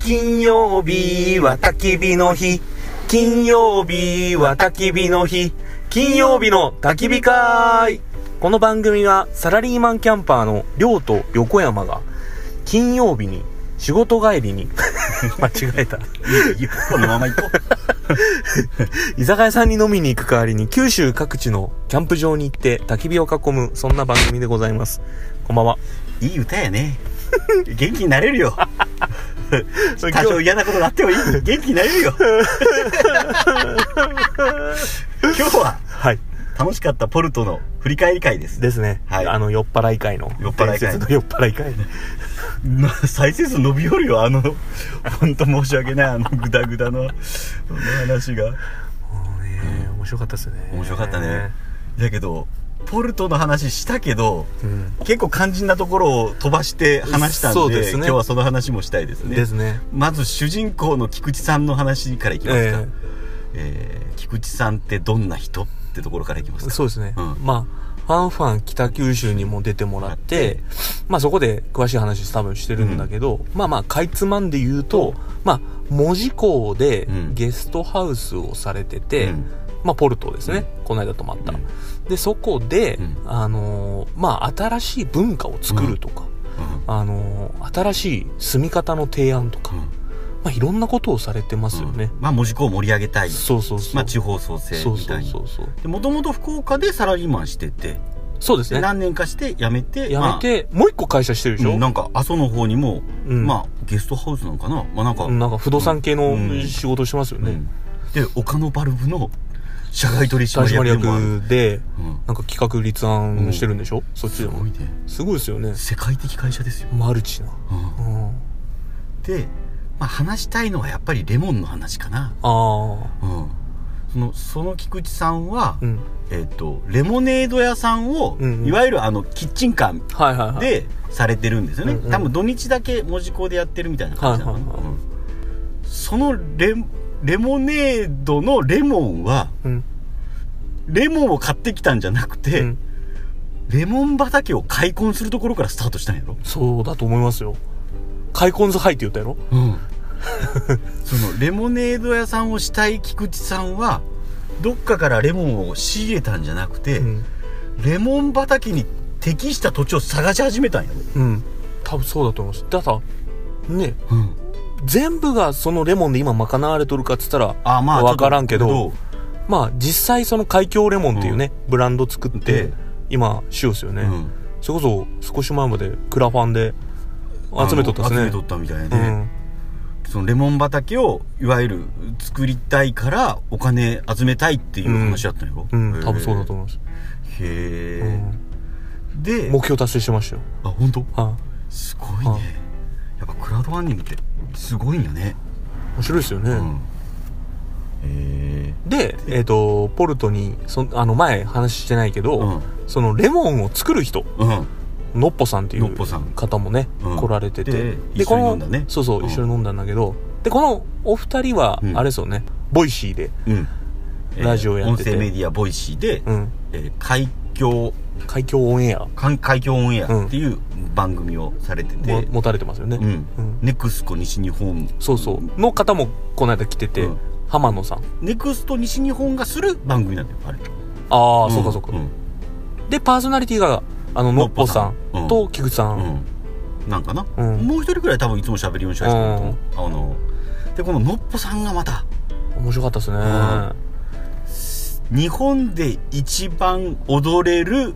金曜日は焚き火の日。金曜日は焚き火の日。金曜日の焚き火会。この番組はサラリーマンキャンパーの亮と横山が金曜日に仕事帰りに 間違えたいいよこのまま行こう。居酒屋さんに飲みに行く代わりに九州各地のキャンプ場に行って焚き火を囲むそんな番組でございますこんばんはいい歌やね。元気になれるよ。多少嫌なことがあってもいい。元気になれるよ。今日ははい楽しかったポルトの振り返り会です。ですね、はいあの酔っ払い会の酔っ払い会伝説の酔っ払い会な再生数伸びよるよ、あの、本当申し訳ない、あのグダグダの、その話が。もうね面白かったですね面白かったね。だけど、ポルトの話したけど、うん結構肝心なところを飛ばして話したんでそうですね今日はその話もしたいですねですねまず主人公の菊池さんの話からいきますか、ええー菊池さんってどんな人ってところからいきますえかそうですね、うんまあファンファン北九州にも出てもらって、まあそこで詳しい話多分してるんだけど、まあまあかいつまんで言うと、まあ門司港でうんゲストハウスをされてて、うんまあ、ポルトですね、この間泊まった、うんでそこで、うんあのーまあ、新しい文化を作るとか、あのー新しい住み方の提案とか、うんまあ、いろんなことをされてますよね、うんまあ門司港を盛り上げたいそうそうそう、まあ、地方創生そうみそたういにそうそうでもともと福岡でサラリーマンしてて、そうですでね何年かして辞めてやめ、て、もう一個会社してるでしまあょ、うんなんか阿蘇の方にも、うんまあゲストハウスなのかなまあなんか、なんか不動産系のうん仕事してますようね、んで岡野バルブの社外取締取締役でもある役でうんなんか企画立案してるんでしょ、そっちすでもごいねすごいですよね世界的会社ですよ、マルチな、うん、あで、まあ、話したいのはやっぱりレモンの話かな、あうん、そのその菊池さんは、うんえっとレモネード屋さんを、うんうんいわゆるあのキッチンカーはいはいはいでされてるんですよね、うんうん多分土日だけ門司港でやってるみたいな感じなのかな、はいはいはうんそのレレモネードのレモンはうんレモンを買ってきたんじゃなくて、うんレモン畑を開墾するところからスタートしたんやろ、そうだと思いますよ開墾図ハイって言ったやろうん、そのレモネード屋さんをしたい菊池さんはどっかからレモンを仕入れたんじゃなくて、うん、レモン畑に適した土地を探し始めたんやろ、うん、多分そうだと思いますただねうん、全部がそのレモンで今賄われとるかっつったらあまあわからんけどちょっとまあ実際その海峡レモンっていうね、ブランド作ってで今しようですよね、うんそれこそ少し前までクラファンで集めとったっす集ねめとったみたいで、うん、そのレモン畑をいわゆる作りたいからお金集めたいっていう話だったんやろ、うん、多分そうだと思思います、うへえ、でうん目標達成してましたよあ本当はすごいはねやっぱクラウドファンディングってすごいんよねい面白いですよね、うんへえで、えっとポルトにそあの前話してないけど、うんそのレモンを作る人うんのっぽさんっていのっうぽさん方もね、うん来られててで一緒に飲んだねこのそうそう、うん一緒に飲んだんだけどでこのお二人は、うんあれですよねボイシーで、うんラジオやってて音声メディアボイシーで、うん、えー海峡海峡オンエア環海峡オンエアっていう番組をされてて、も持たれてますよね、うんうんネクスコ西日本そうそうの方もこの間来てて、うん浜野さんネクスト西日本がする番組なんだよあれああ、んそうかそうか、んでパーソナリティがあののっぽさのっぽさんうんんと菊池さん、うんなんかな、うんもう一人くらい多分いつも喋りようにしたい人だと思うあのでこののっぽさんがまた面白かったですね、ん日本で一番踊れる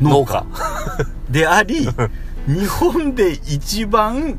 農農家家であり日本で一番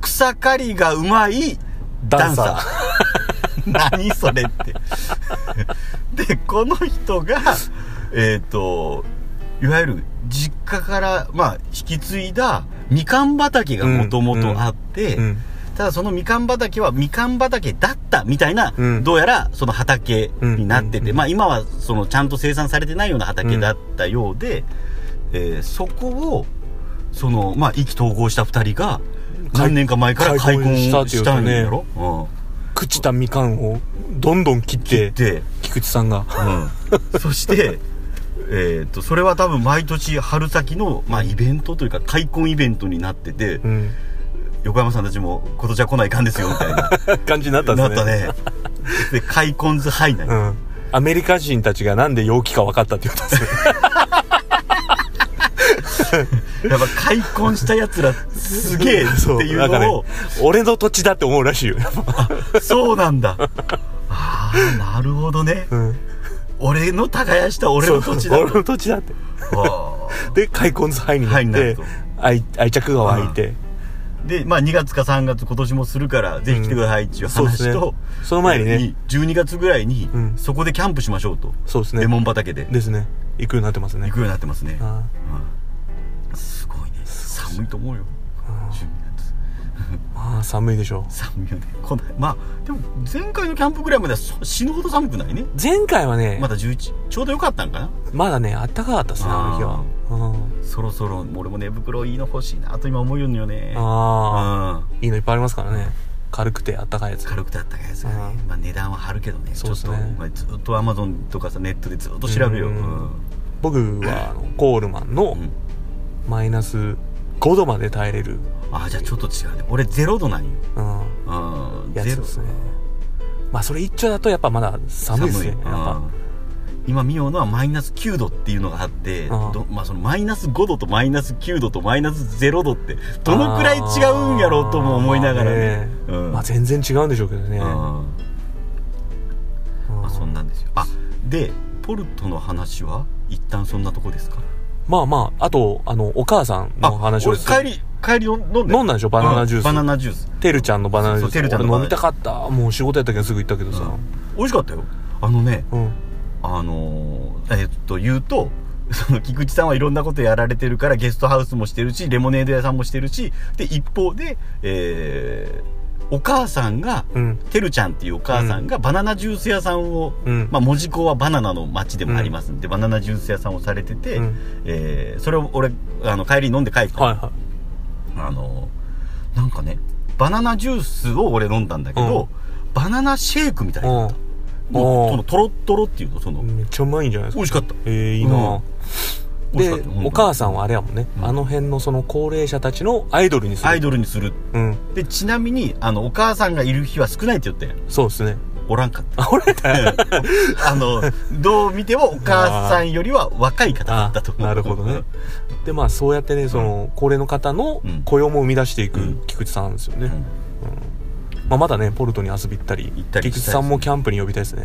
草刈りがうまいダンサー何それってでこの人がえっ、といわゆる実家から、まあ、引き継いだみかん畑がもともとあって、うんただそのみかん畑はみかん畑だったみたいな、うんどうやらその畑になってて、うんうんうんまあ今はそのちゃんと生産されてないような畑だったようで、えーそこをそのまあ意気投合した2人が開何年か前から開開墾した墾っていしうたかんねやろ、朽ちたみかんをどんどん切っうん、てで、菊池さんが うん、そしてえーとそれは多 分毎年春先の、まあ、イベントというか開墾イベントになってて、うん横山さんたちも今年は来ないかんですよみたいな感じになったんでなすねったね で開墾図範囲内、うんアメリカ人たちがなんで陽気か分かったって言ったんですよやっぱ開墾したやつら すげえってそういうなんかねのを俺の土地だって思うらしいよやっぱそう,、なんだああなるほどね、ん俺の耕した俺の土地だそう俺との土地だってあで開墾図範囲にな範囲にっなてると愛愛着が湧いて、ーでまあ2月か3月今年もするからぜひ来てくださいっていうそうですね話と、その前にね12月ぐらいに、うんそこでキャンプしましょうとそうですレモねン畑でですね行くようになってますね行くようになってますね、あうんすごいね寒いと思うよ12月ーまあ寒いでしょう寒いよねこのまあでも前回のキャンプぐらいまではそ死ぬほど寒くないね前回はねままだだ11ちょうどよかったんかなねあったかかったですねあの日はうんそろそろ俺も寝袋いいの欲しいなと今思うよんよねああうんいいのいっぱいありますからね軽くてあったかいやつ軽くてあったかいやつがね、うんまあ、値段は張るけどねそうっすちょねっとお前ずっとアマゾンとかさネットでずっと調べよう、ううんん僕はあのコールマンのうんマイナス5度まで耐えれる、ああじゃあちょっと違うね俺ゼロ度なんよ、うん、うん、やゼつロですねまあそれ一丁だとやっぱまだ寒いですねやっうんぱ今見ようのはマイナス9度っていうのがあって、うんどまあ、そのマイナス5度とマイナス9度とマイナス0度ってどのくらい違うんやろうとも思いながらねあーまあねうんまあ全然違うんでしょうけどね、うんうんまあ、そんなんですよあでポルトの話は一旦そんなとこですかまあまああとあのお母さんあの話を俺す帰り帰り飲んで飲んだでしょバナナジュースバナナジュースてるちゃんのバナナジューそうてるちスゃんの俺バナ飲ナみたジュースかったもう仕事やったけどすぐ行ったけどさ、美味しかったよあのねうんあのーえっと言うと その菊池さんはいろんなことやられてるからゲストハウスもしてるしレモネード屋さんもしてるしで一方で、えーお母さんが、うんてるちゃんっていうお母さんがバナナジュース屋さんを、うんまあ、門司港はバナナの町でもありますんで、バナナジュース屋さんをされてて、うんえーそれを俺あの帰りに飲んで帰ったのはいはいあのなんかねバナナジュースを俺飲んだんだけど、バナナシェイクみたいな、うんもうそのおトロットロっていうのその、ーめっちゃうまいんじゃないですか美味しかったえー、いいな、うん美味しかっでたよ本当にお母さんはあれやもんね、うんあの辺のその高齢者たちのアイドルにするアイドルにするうんでちなみにあのお母さんがいる日は少ないって言ったやんそうですねおらんかっあ俺だよた あのどう見てもお母さんよりは若い方だったと思うあなるほどねでまあそうやってねその、高齢の方のうん雇用も生み出していうくん菊池さんですよね、うんまあ、まだねポルトに遊び行ったり行ったり菊池さんもキャンプに呼びたいですね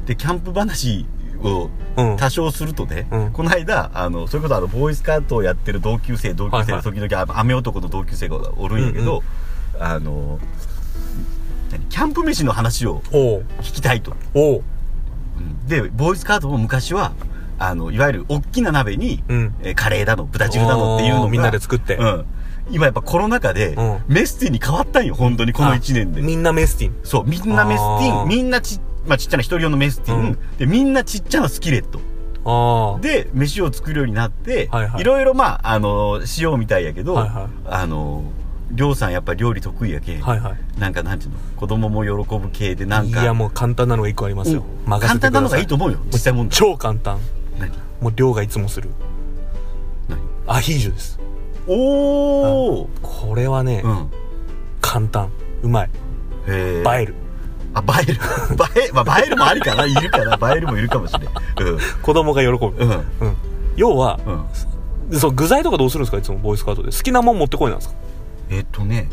うんでキャンプ話をうん、多少するとね、うんこの間あのそれこそあのボーイスカートをやってる同級生同級生、はいはい時々あ雨男の同級生がおるんやけど、あの何キャンプ飯の話をおう聞きたいと、おうでボーイスカートも昔はあのいわゆる大きな鍋に、うんえーカレーだの豚汁だのっていうのおがーみんなで作ってうん、今やっぱコロナ禍で、うんメスティンに変わったんよ本当にこの1年であみんなメスティンそうみんなメステあィーンみんなち,、まあ、ちっちゃな一人用のメスティン、うんでみんなちっちゃなスキレットああで飯を作るようになって、はいいはいろいろまああのしようみたいやけど、はいはいあのりょうさんやっぱ料理得意やけん、はいはいなんかなんていうの子供も喜ぶ系でなんかいやもう簡単なのが一個ありますようん任せ簡てくだ単さいなのがいいと思うよ実際問題超簡単何もう量がいつもする何アヒージョですおお、これはね、うん簡単うまいへ映ええるあ映 える映え、まあ、映えるもありかないるかな映えるもいるかもしれない子供が喜ぶ、うんうんうん要は、うんそう具材とかどうするんですかいつもボーイスカートで好きなもん持ってこいなんですかえっとね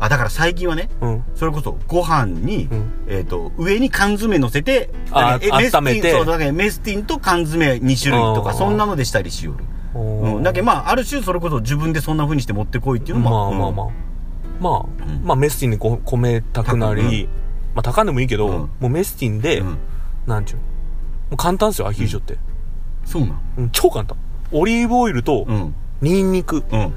あだから最近はねうんそれこそご飯に、うんえっと上に缶詰乗せてあえあメスティ温めンてそうだけどメスティンと缶詰2種類とあかーそんなのでしたりしよる、おうーん、だけどまあある種それこそ自分でそんな風にして持ってこいっていうまのもあまあまあ、まあ、うんまあメスティンでこ米炊くなり、うまあ炊かんでもいいけど、うんもうメスティンで、うんなんちゅうのもう簡単ですよアヒージョって、そうなんうん超簡単オリーブオイルとうんニンニクうん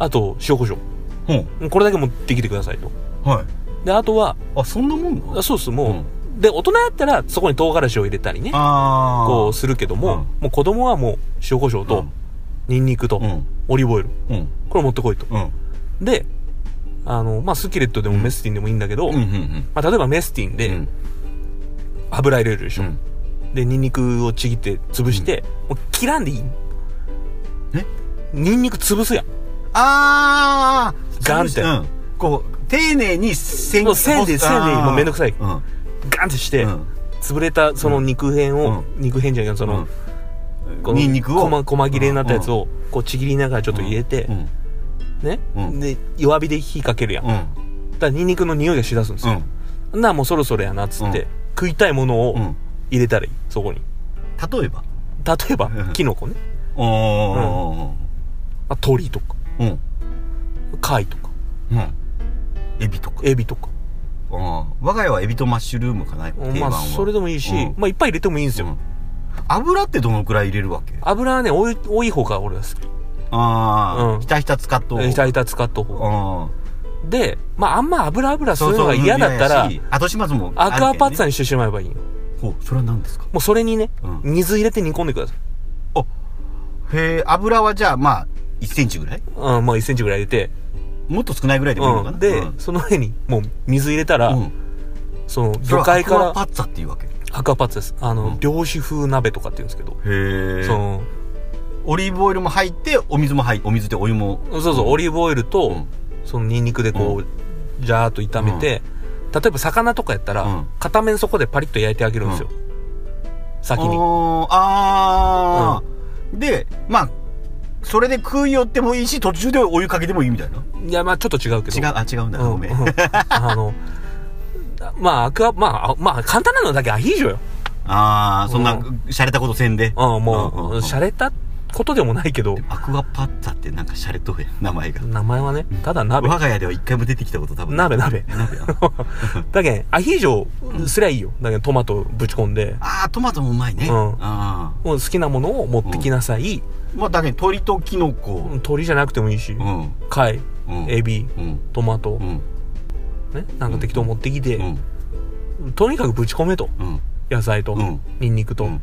あと塩コショウほんうんこれだけ持ってきてくださいとはいであとはあそんなもんなあそうですもう、うで大人やったらそこに唐辛子を入れたりねああこうするけども、うんもう子供はもう塩コショウとニンニクとうんオリーブオイルうんこれ持ってこいとうんであのまあスキレットでもメスティンでもいいんだけど、うんうんうんまあ、例えばメスティンうでん油入れるでしょ、うんでニンニクをちぎって潰して、もう切らんでいいえニンニク潰すやんあーガンってうん、こう丁寧に線もう線であー線でもうめんどくさいうんガンってして、うん潰れたその肉片を、肉片じゃないその、このにんにくをこま細切れになったやつをこうちぎりながらちょっと入れて、うんね、うんで弱火で火かけるやん、うんだからニンニクの匂いがしだすんですうよ、んなあもうそろそろやなっつって、うん食いたいものをうん入れたらいいそこに例えば例えばうんキノコね、おーまあ、鳥とかうんうん貝とかうんエビとかエビとか、うん我が家はエビとマッシュルームかな定ま番あはそれでもいいし、うんまあいっぱい入れてもいいんですよ、うん油ってどのくらい入れるわけ油はね多い多い方が俺は好きうああんひたひた使っとひたひた使った方がうんでまああんま油油するのが嫌だったらそうそう後始末もアクアパッツァににしてしまえばいいよほうそれは何ですかもうそれにね、うん水入れて煮込んでくださいへえ油はじゃあまあ1センチぐらいうんまあ1センチぐらい入れてもっと少ないぐらいでもいいのうかな、ん、で、うんその上にもう水入れたら、うんそのそ魚れは介かアクアパらッツァっていうわけへアクアパッツァですあの、うん漁師風鍋とかって言うんですけど、えそのオリーブオイルも入ってお水も入ってお水ってお湯もそうそう、オリーブオイルと、んそのニンニクでこう、ジャーっと炒めて、例えば魚とかやったら、うん片面そこでパリッと焼いてあげるんですよ、先にあーあー、でまあそれで食い寄ってもいいし途中でお湯かけてもいいみたいないやまあちょっと違うけど違うあ違うんだ、うんごめん、うんあのまあアクアまああまあ簡単なのだけアヒージョよああそんな、う洒落たことせんでああもうんうんう、うん洒落たことでもないけどアクアパッツァってなんか洒落とうやん名前が名前はねただ鍋我が家では一回も出てきたこと多分ない鍋鍋鍋やだけんアヒージョすりゃいいよだけんトマトぶち込んでああトマトもうまいね、うんあもう好きなものを持ってきなさい、ーまあだけど鶏とキノコ鳥じゃなくてもいいし、うん貝うんエビうんトマトう、んねなんか適当持ってきて、うんとにかくぶち込めとうん野菜と、うんニンニクと、うん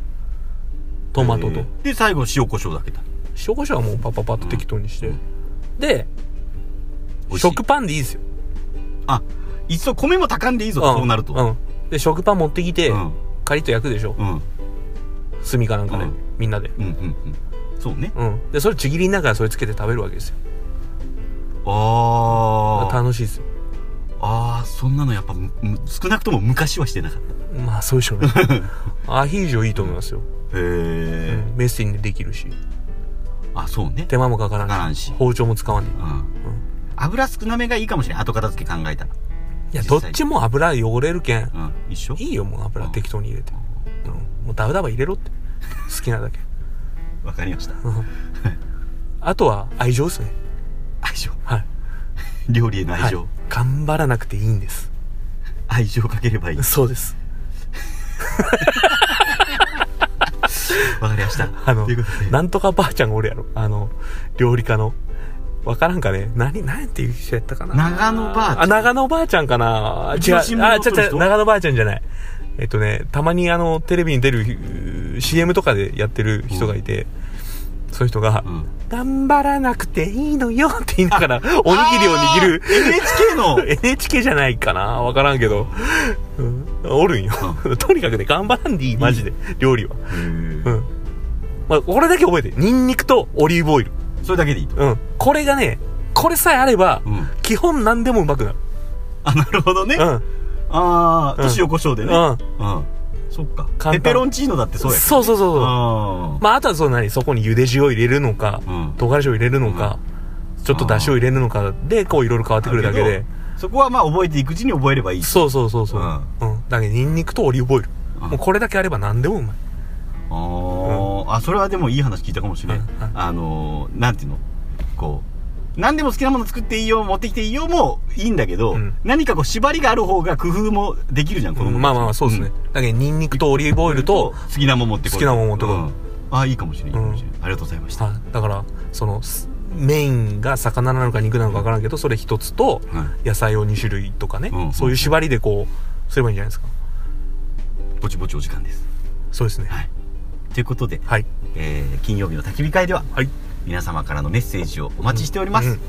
トマトと、えーで最後塩コショウだけだ塩コショウはもうパッパッパッと適当にして、うんで美味しい食パンでいいですよあいっそ米も炊かんでいいぞ、んそうなるとうんで食パン持ってきて、うんカリッと焼くでしょうん炭かなんかで、うんみんなでうんうんうんそうねうんでそれちぎりながらそれつけて食べるわけですよあー楽しいですよあーそんなのやっぱむむ少なくとも昔はしてなかっまあそうでしょう ねアヒージョいいと思いますよ、たへうえん、メッセンでできるしあそうね手間もかからんしかからんし包丁も使わないうん油少なめがいいかもしれない後片付け考えたらいやど実際っちも油汚れるけんうん一緒いいよもう油うん適当に入れて、うん、もうダバダバ入れろって好きなだけわかりましたあとは愛情ですね愛情はい料理への愛情、はい、頑張らなくていいんです愛情かければいいそうです わかりました あのということでなんとかばあちゃんがおるやろあの料理家のわからんかね何何ていう人やったかな長野ばあちゃんあ、長野ばあちゃんかな違う。広島あ、違のう撮る違人う、長野ばあちゃんじゃない。えっとね、たまにあの、テレビに出るうー CM とかでやってる人がいて、そういう人が、うん頑張らなくていいのよって言いながら、おにぎりを握るあー NHK の NHK じゃないかなわからんけど、うん、おるんよ。とにかくね、頑張らんでいい、マジで、料理は。うへん。まあ、これだけ覚えて、ニンニクとオリーブオイル。ーそれだけでいいとうん。これがね、これさえあれば、うん基本何でもうまくなる。あなるほどねうん。ああうん塩コショウでねうんうんそっか簡単ペペロンチーノだってそうやからそうそうそうそう。あまあ、あとはその何そこに茹で塩を入れるのか、ーうん唐辛子を入れるのか、ちょっと出汁を入れるのかで、こういろいろ変わってくるだけあで。どそこはまあ覚えていくうちに覚えればいいそうそうそうそう。ううん。だけど、ニンニクとオリーブオイル。うんもうこれだけあれば何でもうまい。あーあそれはでもいい話聞いたかもしれないうんうんあのーなんていうのこう何でも好きなもの作っていいよ持ってきていいよもいいんだけど、うん何かこう縛りがある方が工夫もできるじゃん子供たちまあまあまあ、そうですね。んだけど、ニンニクとオリーブオイルと、好きなもん持ってこい好きなもん持ってこいうんああいいかもしれないいいかもしれない、うありがとうございました、あだから、その、すメインが魚なのか肉なのか分からんけど、それ一つと、はい野菜を2種類とかね、うんそういう縛りでこう、すればいいんじゃないですか。ぼちぼちお時間ですそうですね。はいということで、はい。えー金曜日の焚き火会でははい。よ皆様からのメッセージをお待ちしております、うんうん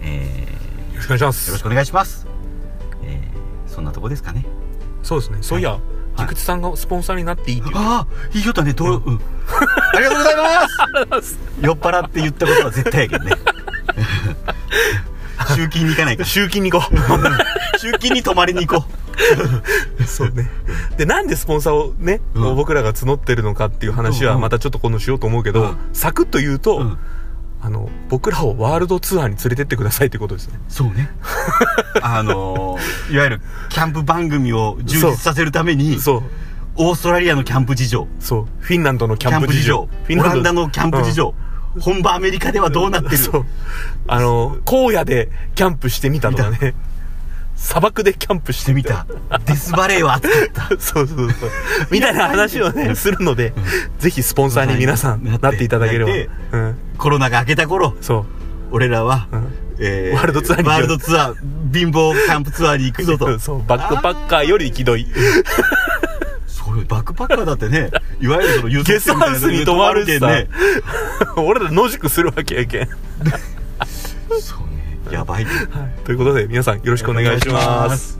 えーろしくお願いしまよろしす。くお願いします、えーそんなとこですかねそうですね。そういや、菊池さんがスポンサーになっていいっていう。ああいいよったねどう、うん ありがとうございます酔っ払って言ったことは絶対やけどね集金に行かないか集金に行こら。集金に泊まりに行こうそうねでなんでスポンサーをね、うんこう僕らが募ってるのかっていう話うんはうんまたちょっと今度しようと思うけど、うんサクッと言うと、う。うん。あの僕らをワールドツアーに連れてってくださいっていうことですねそうね。 あのー、いわゆるキャンプ番組を充実させるために、そうオーストラリアのキャンプ事情、そうフィンランドのキキャャンンププ事事情情、フィオンランダドのキャンプ事情、本場アメリカではどうなってるそうあの荒野でキャンプしてみたとかね砂漠でキャンプしてみ見たた。デスバレーは熱かった。そうそうそうみたいな話をねするので、ぜひスポンサーに皆さんなってなっていただければなってうんコロナが明けた頃、そう俺らは、んえワールドツアーに行くワールドツアー、貧乏キャンプツアーに行くぞ と。そうバックパッカーより気取りそうよ、バックパッカーだってね、いわゆるそのユーゲストハウ スに泊まるってけさ、 俺ら野宿するわけやけん、そうね、やばいね。ということで皆さんよろしくお願いしお願いしまますす